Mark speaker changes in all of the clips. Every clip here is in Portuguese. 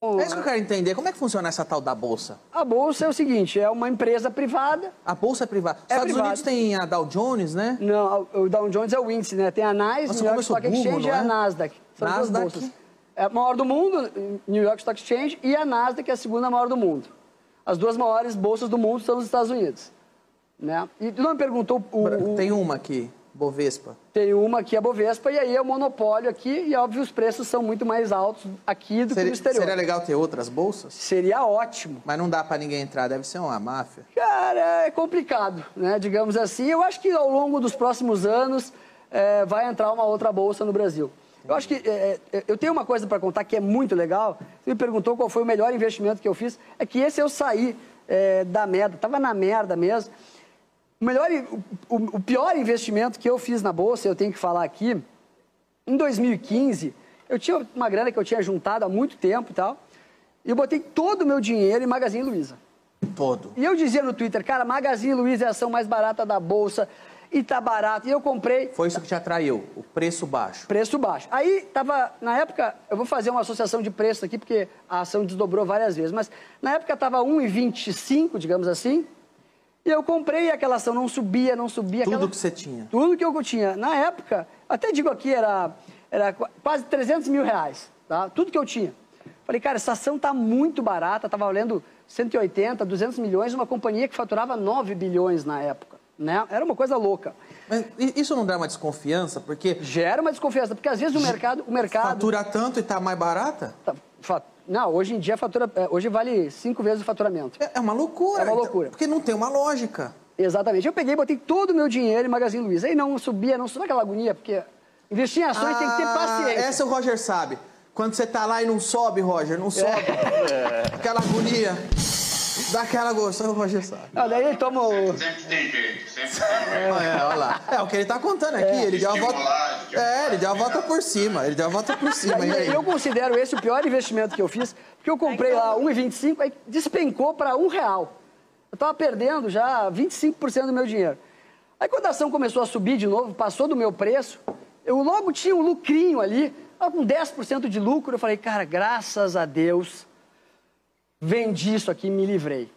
Speaker 1: É isso que eu quero entender. Como é que funciona essa tal da bolsa?
Speaker 2: A bolsa é o seguinte, é uma empresa privada.
Speaker 1: A bolsa é privada. Os
Speaker 2: É
Speaker 1: Estados
Speaker 2: privado.
Speaker 1: Unidos tem a Dow Jones, né?
Speaker 2: Não, o Dow Jones é o índice, né? Tem a Nasdaq,
Speaker 1: Nossa,
Speaker 2: New
Speaker 1: como
Speaker 2: York
Speaker 1: eu sou
Speaker 2: Stock
Speaker 1: burro,
Speaker 2: Exchange e
Speaker 1: não é?
Speaker 2: a Nasdaq. São as duas
Speaker 1: Nasdaq.
Speaker 2: bolsas. É a maior do mundo, New York Stock Exchange, e a Nasdaq é a segunda maior do mundo. As duas maiores bolsas do mundo são nos Estados Unidos. Né? E tu não me perguntou o, o-
Speaker 1: Tem uma aqui, Bovespa.
Speaker 2: Tem uma aqui, a Bovespa, e aí é o monopólio aqui, e óbvio os preços são muito mais altos aqui do que no
Speaker 1: Seria,
Speaker 2: exterior.
Speaker 1: seria legal ter outras bolsas?
Speaker 2: Seria ótimo.
Speaker 1: Mas não dá pra ninguém entrar, deve ser uma máfia.
Speaker 2: Cara, é complicado, né? Digamos assim. Eu acho que ao longo dos próximos anos é, vai entrar uma outra bolsa no Brasil. Eu acho que é, é, eu tenho uma coisa para contar que é muito legal. Você me perguntou qual foi o melhor investimento que eu fiz. É que esse eu saí é, da merda, tava na merda mesmo. O, melhor, o, o- o pior investimento que eu fiz na bolsa, eu tenho que falar aqui, em 2015, eu tinha uma grana que eu tinha juntado há muito tempo e tal, e eu botei todo o meu dinheiro em Magazine Luiza.
Speaker 1: Todo.
Speaker 2: E eu dizia no Twitter, cara, Magazine Luiza é a ação mais barata da bolsa e tá barato. E eu comprei
Speaker 1: Foi isso que te atraiu, o preço baixo.
Speaker 2: preço baixo. Aí tava, na época, eu vou fazer uma associação de preço aqui, porque a ação desdobrou várias vezes, mas na época tava 1,25, digamos assim, e eu comprei e aquela ação não subia, não subia.
Speaker 1: Tudo
Speaker 2: aquela...
Speaker 1: que você tinha.
Speaker 2: Tudo que eu tinha. Na época, até digo aqui, era, era qu- quase 300 mil reais. Tá? Tudo que eu tinha. Falei, cara, essa ação tá muito barata, tava valendo 180, 200 milhões, uma companhia que faturava 9 bilhões na época. Né? Era uma coisa louca.
Speaker 1: Mas i- isso não dá uma desconfiança? Porque
Speaker 2: Gera uma desconfiança, porque às vezes o mercado. O mercado
Speaker 1: fatura tanto e tá mais barata?
Speaker 2: tá, fa- não, hoje em dia fatura, é, hoje vale cinco vezes o faturamento.
Speaker 1: É é uma loucura.
Speaker 2: É uma
Speaker 1: Então,
Speaker 2: loucura.
Speaker 1: Porque não tem uma lógica.
Speaker 2: Exatamente. Eu peguei, botei todo o meu dinheiro em Magazine Luiza. Aí não subia, não subia aquela agonia, porque investir em ações tem que ter
Speaker 1: Ah,
Speaker 2: paciência.
Speaker 1: Essa o Roger sabe. Quando você tá lá e não sobe, Roger, não sobe.
Speaker 2: É.
Speaker 1: Aquela agonia. Dá aquela gostosa, o Roger sabe.
Speaker 2: Ah, daí ele toma o.
Speaker 3: Sempre tem jeito, sempre tem jeito.
Speaker 1: Ah, É, olha lá. É o que ele tá contando aqui. Ele deu a volta.
Speaker 3: Estimular,
Speaker 1: É, ele deu a volta por cima. Ele deu a volta por cima. E aí?
Speaker 2: Eu considero esse o pior investimento que eu fiz, porque eu comprei lá 1,25, aí despencou para um real. Eu estava perdendo já 25% do meu dinheiro. Aí quando a ação começou a subir de novo, passou do meu preço, eu logo tinha um lucrinho ali, tava com 10% de lucro, eu falei, cara, graças a Deus, vendi isso aqui, me livrei.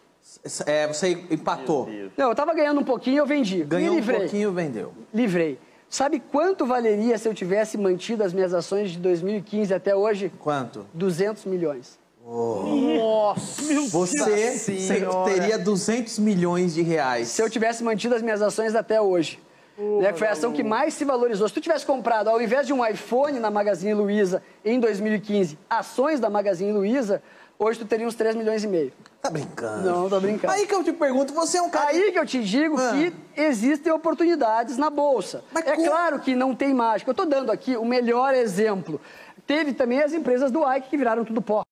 Speaker 1: É, você empatou.
Speaker 2: Não, eu estava ganhando um pouquinho, eu vendi,
Speaker 1: Ganhou
Speaker 2: me
Speaker 1: um
Speaker 2: livrei.
Speaker 1: pouquinho, vendeu.
Speaker 2: Livrei. Sabe quanto valeria se eu tivesse mantido as minhas ações de 2015 até hoje?
Speaker 1: Quanto?
Speaker 2: 200 milhões.
Speaker 1: Você se- teria 200 milhões de reais.
Speaker 2: Se eu tivesse mantido as minhas ações até hoje. né, que foi a ação que mais se valorizou. Se tu tivesse comprado, ao invés de um iPhone na Magazine Luiza em 2015, ações da Magazine Luiza, hoje tu teria uns 3 milhões e meio.
Speaker 1: Tá brincando.
Speaker 2: Não, tô brincando.
Speaker 1: Aí que eu te pergunto, você é um cara...
Speaker 2: Aí que eu te digo
Speaker 1: Ah.
Speaker 2: que existem oportunidades na Bolsa.
Speaker 1: Mas
Speaker 2: é
Speaker 1: como-
Speaker 2: claro que não tem mágica. Eu estou dando aqui o melhor exemplo. Teve também as empresas do Ike que viraram tudo pó.